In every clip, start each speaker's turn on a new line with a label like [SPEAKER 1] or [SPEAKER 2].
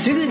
[SPEAKER 1] 役立つ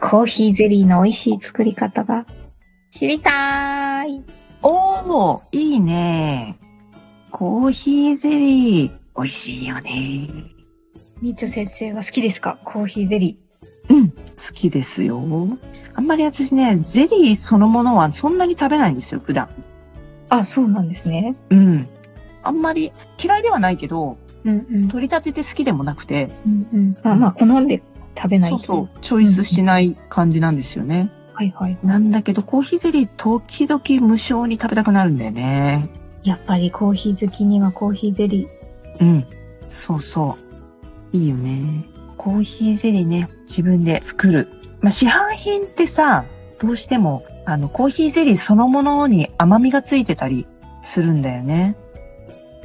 [SPEAKER 2] コーヒーゼリーの美味しい作り方が知りたーい。
[SPEAKER 3] おー、いいね。コーヒーゼリー、美味しいよね。
[SPEAKER 2] みーちょ先生は好きですかコーヒーゼリー。
[SPEAKER 3] 好きですよ。あんまり私ね、ゼリーそのものはそんなに食べないんですよ、普段。
[SPEAKER 2] あ、そうなんですね。
[SPEAKER 3] うん。あんまり嫌いではないけど、
[SPEAKER 2] うんうん。
[SPEAKER 3] 取り立てて好きでもなくて、
[SPEAKER 2] うんうん。あ、まあ、好んで食べない
[SPEAKER 3] そ
[SPEAKER 2] と。
[SPEAKER 3] うそう、チョイスしない感じなんですよね。
[SPEAKER 2] はいはい。
[SPEAKER 3] なんだけど、コーヒーゼリー、時々無性に食べたくなるんだよね。
[SPEAKER 2] やっぱりコーヒー好きにはコーヒーゼリー。
[SPEAKER 3] うん。そうそう。いいよね。コーヒーゼリーね、自分で作る。まあ、市販品ってさ、どうしても、あの、コーヒーゼリーそのものに甘みがついてたりするんだよね。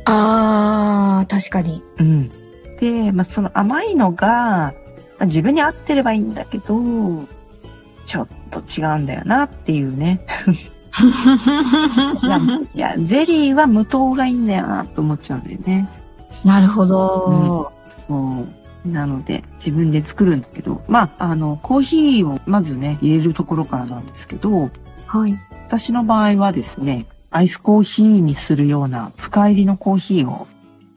[SPEAKER 2] あー、確か に。
[SPEAKER 3] うん。で、まあ、その甘いのが、まあ、自分に合ってればいいんだけど、ちょっと違うんだよなっていう ね。いや、いやゼリーは無糖がいいんだよなと思っちゃうんだよね。
[SPEAKER 2] なるほど。
[SPEAKER 3] そう。なので、自分で作るんだけど、まあ、あの、コーヒーをまずね、入れるところからなんですけど、
[SPEAKER 2] はい。
[SPEAKER 3] 私の場合はですね、アイスコーヒーにするような深入りのコーヒーを、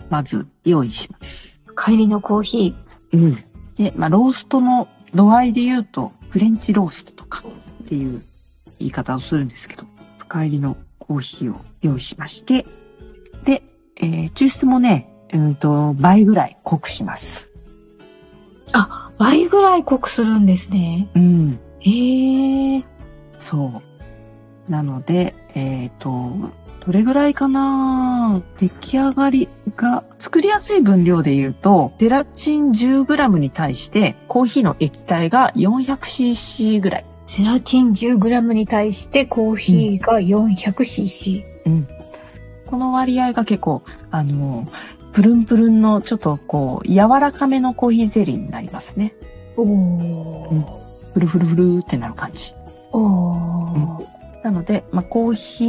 [SPEAKER 3] まず用意します。
[SPEAKER 2] 帰りのコーヒ
[SPEAKER 3] うん。で、まあ、ローストの度合いで言うと、フレンチローストとかっていう言い方をするんですけど、深入りのコーヒーを用意しまして、で、えー抽出もね、うんと、倍ぐらい濃くします。
[SPEAKER 2] ー。倍ぐらい濃くするんですね。
[SPEAKER 3] うん。
[SPEAKER 2] へー。
[SPEAKER 3] そう。なので、えっ、と、どれぐらいかな出来上がりが、作りやすい分量で言うと、ゼラチン 10g に対して、コーヒーの液体が 400cc ぐらい。
[SPEAKER 2] ゼラチン 10g に対してコーヒーが 400cc。
[SPEAKER 3] この割合が結構、あの、プルンプルンの、ちょっとこう、柔らかめのコーヒーゼリーになりますね。
[SPEAKER 2] お
[SPEAKER 3] うん
[SPEAKER 2] ー。
[SPEAKER 3] ふるふるふるってなる感じ。
[SPEAKER 2] おー。
[SPEAKER 3] なので、まあ、コーヒ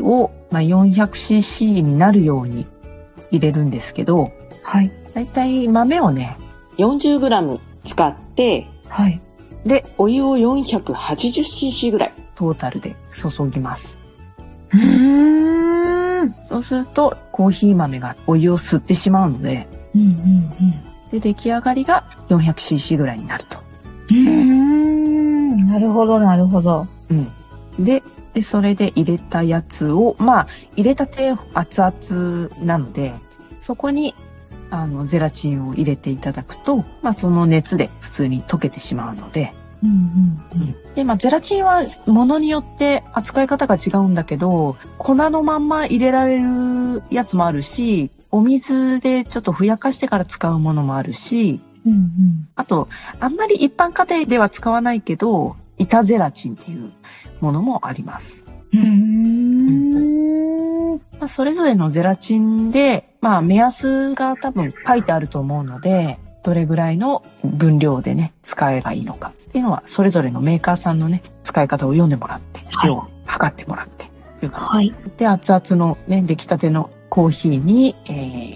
[SPEAKER 3] ーを、まあ、400cc になるように入れるんですけど、
[SPEAKER 2] はい。
[SPEAKER 3] だいたい豆をね、
[SPEAKER 1] 40g 使って
[SPEAKER 2] はい。
[SPEAKER 3] で、
[SPEAKER 1] お湯を 480cc ぐらい
[SPEAKER 3] トータルで注ぎます。
[SPEAKER 2] うーん。うん
[SPEAKER 3] そうすると、コーヒー豆がお湯を吸ってしまうので、
[SPEAKER 2] うんうん。
[SPEAKER 3] で、出来上がりが 400cc ぐらいになると。
[SPEAKER 2] うーんなるほど、なるほど。
[SPEAKER 3] うん。で、で、それで入れたやつを、まあ、入れたて熱々なので、そこに、あの、ゼラチンを入れていただくと、まあ、その熱で普通に溶けてしまうので、
[SPEAKER 2] うんうん
[SPEAKER 3] で、まあ、ゼラチンはものによって扱い方が違うんだけど、粉のまんま入れられるやつもあるし、お水でちょっとふやかしてから使うものもあるし、
[SPEAKER 2] うん。うん
[SPEAKER 3] あと、あんまり一般家庭では使わないけど、板ゼラチンっていうものもあります。
[SPEAKER 2] うん。うん。
[SPEAKER 3] まあ、それぞれのゼラチンで、まあ、目安が多分書いてあると思うので、どれぐらいの分量でね、使えばいいのかっていうのは、それぞれのメーカーさんのね、使い方を読んでもらって、
[SPEAKER 2] はい
[SPEAKER 3] 量を測ってもらって、という感じ
[SPEAKER 2] はい。
[SPEAKER 3] で、熱々のね、出来たてのコーヒーに、え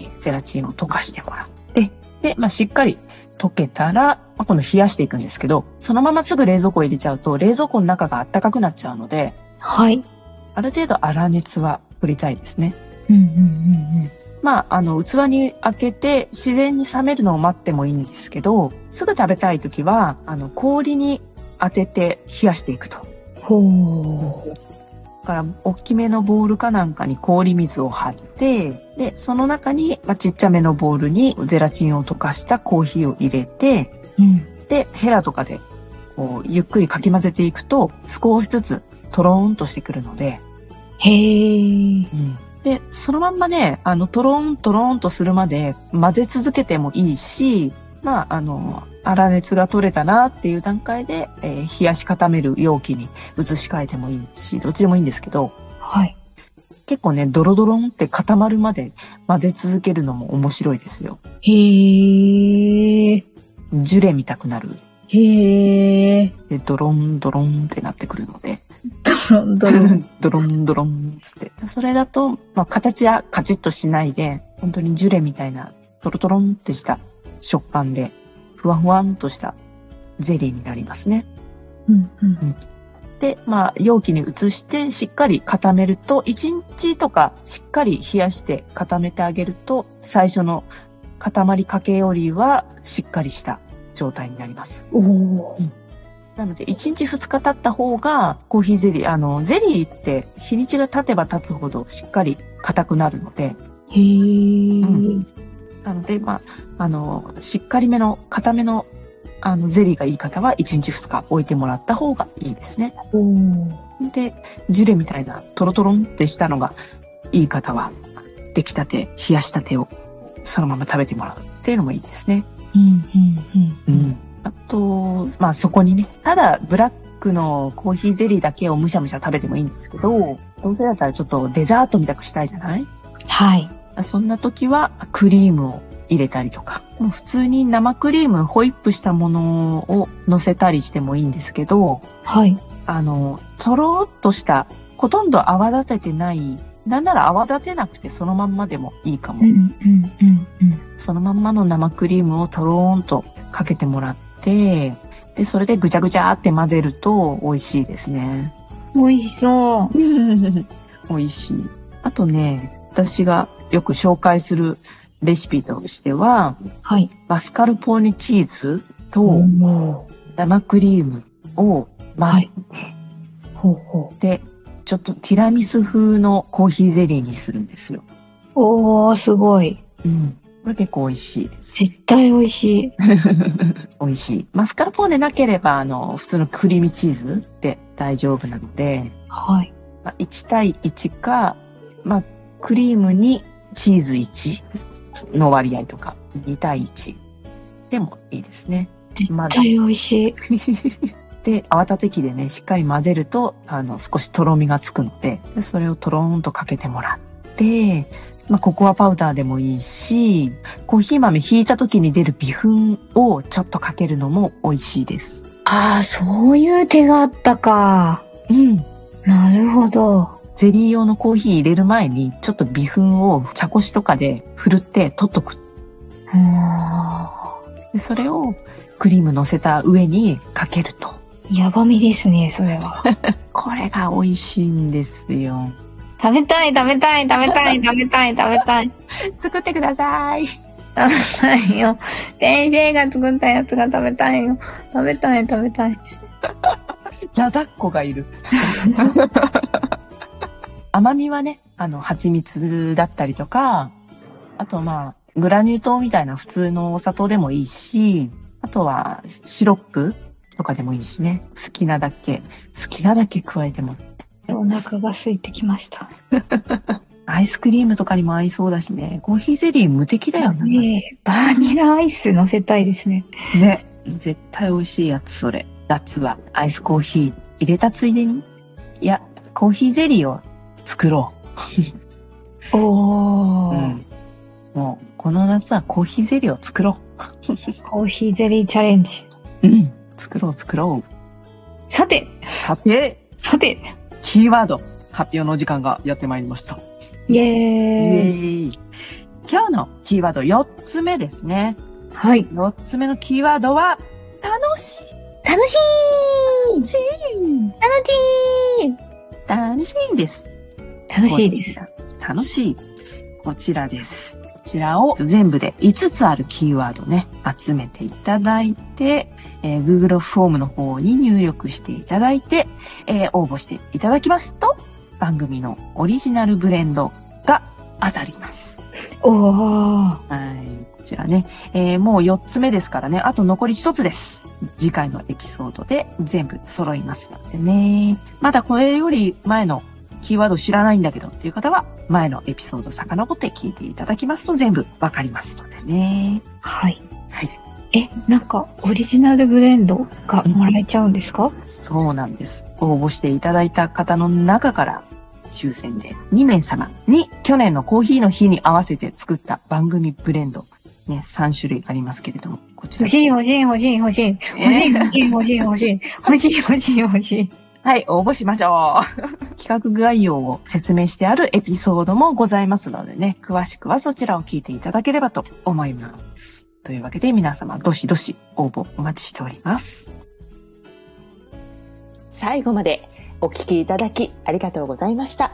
[SPEAKER 3] ーゼラチンを溶かしてもらって、で、まあ、しっかり溶けたら、まあ、今度冷やしていくんですけど、そのまますぐ冷蔵庫入れちゃうと、冷蔵庫の中が暖かくなっちゃうので、
[SPEAKER 2] はい。
[SPEAKER 3] ある程度粗熱は取りたいですね。
[SPEAKER 2] うんうんうん
[SPEAKER 3] まあ、あの、器に開けて自然に冷めるのを待ってもいいんですけど、すぐ食べたい時は、あの、氷に当てて冷やしていくと。
[SPEAKER 2] うん。ほ
[SPEAKER 3] から大きめのボウルかなんかに氷水を張って、で、その中に、まあ、ちっちゃめのボウルにゼラチンを溶かしたコーヒーを入れて、
[SPEAKER 2] うん。
[SPEAKER 3] で、ヘラとかで、こう、ゆっくりかき混ぜていくと、少しずつトローンとしてくるので、
[SPEAKER 2] へー。
[SPEAKER 3] で、そのまんまね、あの、トロントロンとするまで混ぜ続けてもいいし、まあ、あの、粗熱が取れたなっていう段階で、えー冷やし固める容器に移し替えてもいいし、どっちでもいいんですけど、
[SPEAKER 2] はい。
[SPEAKER 3] 結構ね、ドロドロンって固まるまで混ぜ続けるのも面白いですよ。
[SPEAKER 2] へー。
[SPEAKER 3] ジュレ見たくなる。
[SPEAKER 2] へー。
[SPEAKER 3] で、ドロンドロンってなってくるので、
[SPEAKER 2] ドロンドロン。
[SPEAKER 3] ドロンドロンつって。それだと、まあ、形はカチッとしないで、本当にジュレみたいな、トロトロンってした食感で、ふわふわんとしたゼリーになりますね。
[SPEAKER 2] うんうん。
[SPEAKER 3] で、まあ、容器に移して、しっかり固めると、1日とかしっかり冷やして固めてあげると、最初の塊かけよりはしっかりした状態になります。
[SPEAKER 2] おー。
[SPEAKER 3] なので、1日2日経った方が、コーヒーゼリー、あの、ゼリーって、日にちが経てば経つほど、しっかり硬くなるので、
[SPEAKER 2] へー。
[SPEAKER 3] うんなので、まあ、あの、しっかりめの、硬めの、あの、ゼリーがいい方は、1日2日置いてもらった方がいいですね。
[SPEAKER 2] おー。
[SPEAKER 3] で、ジュレみたいな、トロトロンってしたのがいい方は、出来たて、冷やしたてを、そのまま食べてもらうっていうのもいいですね。
[SPEAKER 2] うんうんうん。
[SPEAKER 3] あと、まあそこにね、ただブラックのコーヒーゼリーだけをむしゃむしゃ食べてもいいんですけど、どうせだったらちょっとデザートみたくしたいじゃない
[SPEAKER 2] はい。
[SPEAKER 3] そんな時はクリームを入れたりとか、もう普通に生クリーム、ホイップしたものを乗せたりしてもいいんですけど、
[SPEAKER 2] はい。
[SPEAKER 3] あの、とろーっとした、ほとんど泡立ててない、なんなら泡立てなくてそのまんまでもいいかも。
[SPEAKER 2] うんうんうんうん。
[SPEAKER 3] そのまんまの生クリームをとろーんとかけてもらって、で、それでぐちゃぐちゃって混ぜると美味しいですね。
[SPEAKER 2] 美味しそう。
[SPEAKER 3] 美味しい。あとね、私がよく紹介するレシピとしては、
[SPEAKER 2] はい。
[SPEAKER 3] マスカルポーネチーズ
[SPEAKER 2] お
[SPEAKER 3] と
[SPEAKER 2] ー。
[SPEAKER 3] 生クリームを混ぜて、
[SPEAKER 2] ほうほう。
[SPEAKER 3] で、ちょっとティラミス風のコーヒーゼリーにするんですよ。
[SPEAKER 2] おー、すごい。
[SPEAKER 3] うん。これ結構美味しいです。
[SPEAKER 2] 絶対美味しい。
[SPEAKER 3] 美味しい。マスカルポーネなければ、あの、普通のクリームチーズで大丈夫なので、
[SPEAKER 2] はい。
[SPEAKER 3] まあ、1対1か、まあ、クリームにチーズ1の割合とか、2対1でもいいですね。ま
[SPEAKER 2] 絶
[SPEAKER 3] だ
[SPEAKER 2] 対美味しい。
[SPEAKER 3] で、泡立て器でね、しっかり混ぜると、あの、少しとろみがつくので、でそれをとろーんとかけてもらって、まあ、ココアパウダーでもいいし、コーヒー豆ひいた時に出る微粉をちょっとかけるのも美味しいです。
[SPEAKER 2] ああ、そういう手があったか。
[SPEAKER 3] うん。
[SPEAKER 2] なるほど。
[SPEAKER 3] ゼリー用のコーヒー入れる前に、ちょっと微粉を茶こしとかで振るって取っとく。
[SPEAKER 2] うーん
[SPEAKER 3] でそれをクリーム乗せた上にかけると。
[SPEAKER 2] やばみですね、それ は。
[SPEAKER 3] これが美味しいんですよ。
[SPEAKER 2] 食べたい、食べたい、食べたい、食べたい、食べたい。
[SPEAKER 3] 作ってください。
[SPEAKER 2] 食べたいよ。先生が作ったやつが食べたいよ。食べたい、食べたい。
[SPEAKER 3] なだっこがいる。 甘みはね、あの、蜂蜜だったりとか、あとまあ、グラニュー糖みたいな普通のお砂糖でもいいし、あとはシロップとかでもいいしね。好きなだけ、好きなだけ加えても。
[SPEAKER 2] お腹が空いてきました。
[SPEAKER 3] アイスクリームとかにも合いそうだしね。コーヒーゼリー無敵だよね。
[SPEAKER 2] ねえ、バニラアイス乗せたいですね。
[SPEAKER 3] ね。絶対美味しいやつ、それ。夏はアイスコーヒー入れたついでに、いや、コーヒーゼリーを作ろう。
[SPEAKER 2] お
[SPEAKER 3] う
[SPEAKER 2] ー、
[SPEAKER 3] んもう、この夏はコーヒーゼリーを作ろ
[SPEAKER 2] コーヒーゼリーチャレンジ。
[SPEAKER 3] う。うん。作ろう作ろう。
[SPEAKER 2] さて、
[SPEAKER 3] さて、
[SPEAKER 2] さて、
[SPEAKER 3] キーワード、発表の時間がやってまいりました。
[SPEAKER 2] イ
[SPEAKER 3] イ
[SPEAKER 2] エーイ。
[SPEAKER 3] ーイ今日のキーワード4つ目ですね。
[SPEAKER 2] はい。
[SPEAKER 3] 4つ目のキーワードは、楽し
[SPEAKER 2] 楽しい
[SPEAKER 3] い。
[SPEAKER 2] 楽しい
[SPEAKER 3] 楽しいです。
[SPEAKER 2] 楽しいです。。
[SPEAKER 3] 楽しい。こちらです。こちらを全部で5つあるキーワードね、集めていただいて、えー Google フォームの方に入力していただいて、えー応募していただきますと、番組のオリジナルブレンドが当たります。
[SPEAKER 2] おー。
[SPEAKER 3] はい。こちらね、えーもう4つ目ですからね、あと残り1つです。次回のエピソードで全部揃いますのでね。まだこれより前のキーワード知らないんだけどっていう方は、前のエピソード遡って聞いていただきますと全部わかりますのでね。
[SPEAKER 2] はい。
[SPEAKER 3] はい。
[SPEAKER 2] え、なんか、オリジナルブレンドがもらえちゃうんですか
[SPEAKER 3] そうなんです。応募していただいた方の中から、抽選で2名様に去年のコーヒーの日に合わせて作った番組ブレンド、ね、3種類ありますけれども、こちら。
[SPEAKER 2] 欲しい欲しい欲しい欲しい。欲しい欲しい欲しい欲しい。欲しい欲しい欲しい。
[SPEAKER 3] はい、応募しましょう。 企画概要を説明してあるエピソードもございますのでね、詳しくはそちらを聞いていただければと思います。というわけで皆様、どしどし応募お待ちしております。
[SPEAKER 1] 最後までお聞きいただきありがとうございました。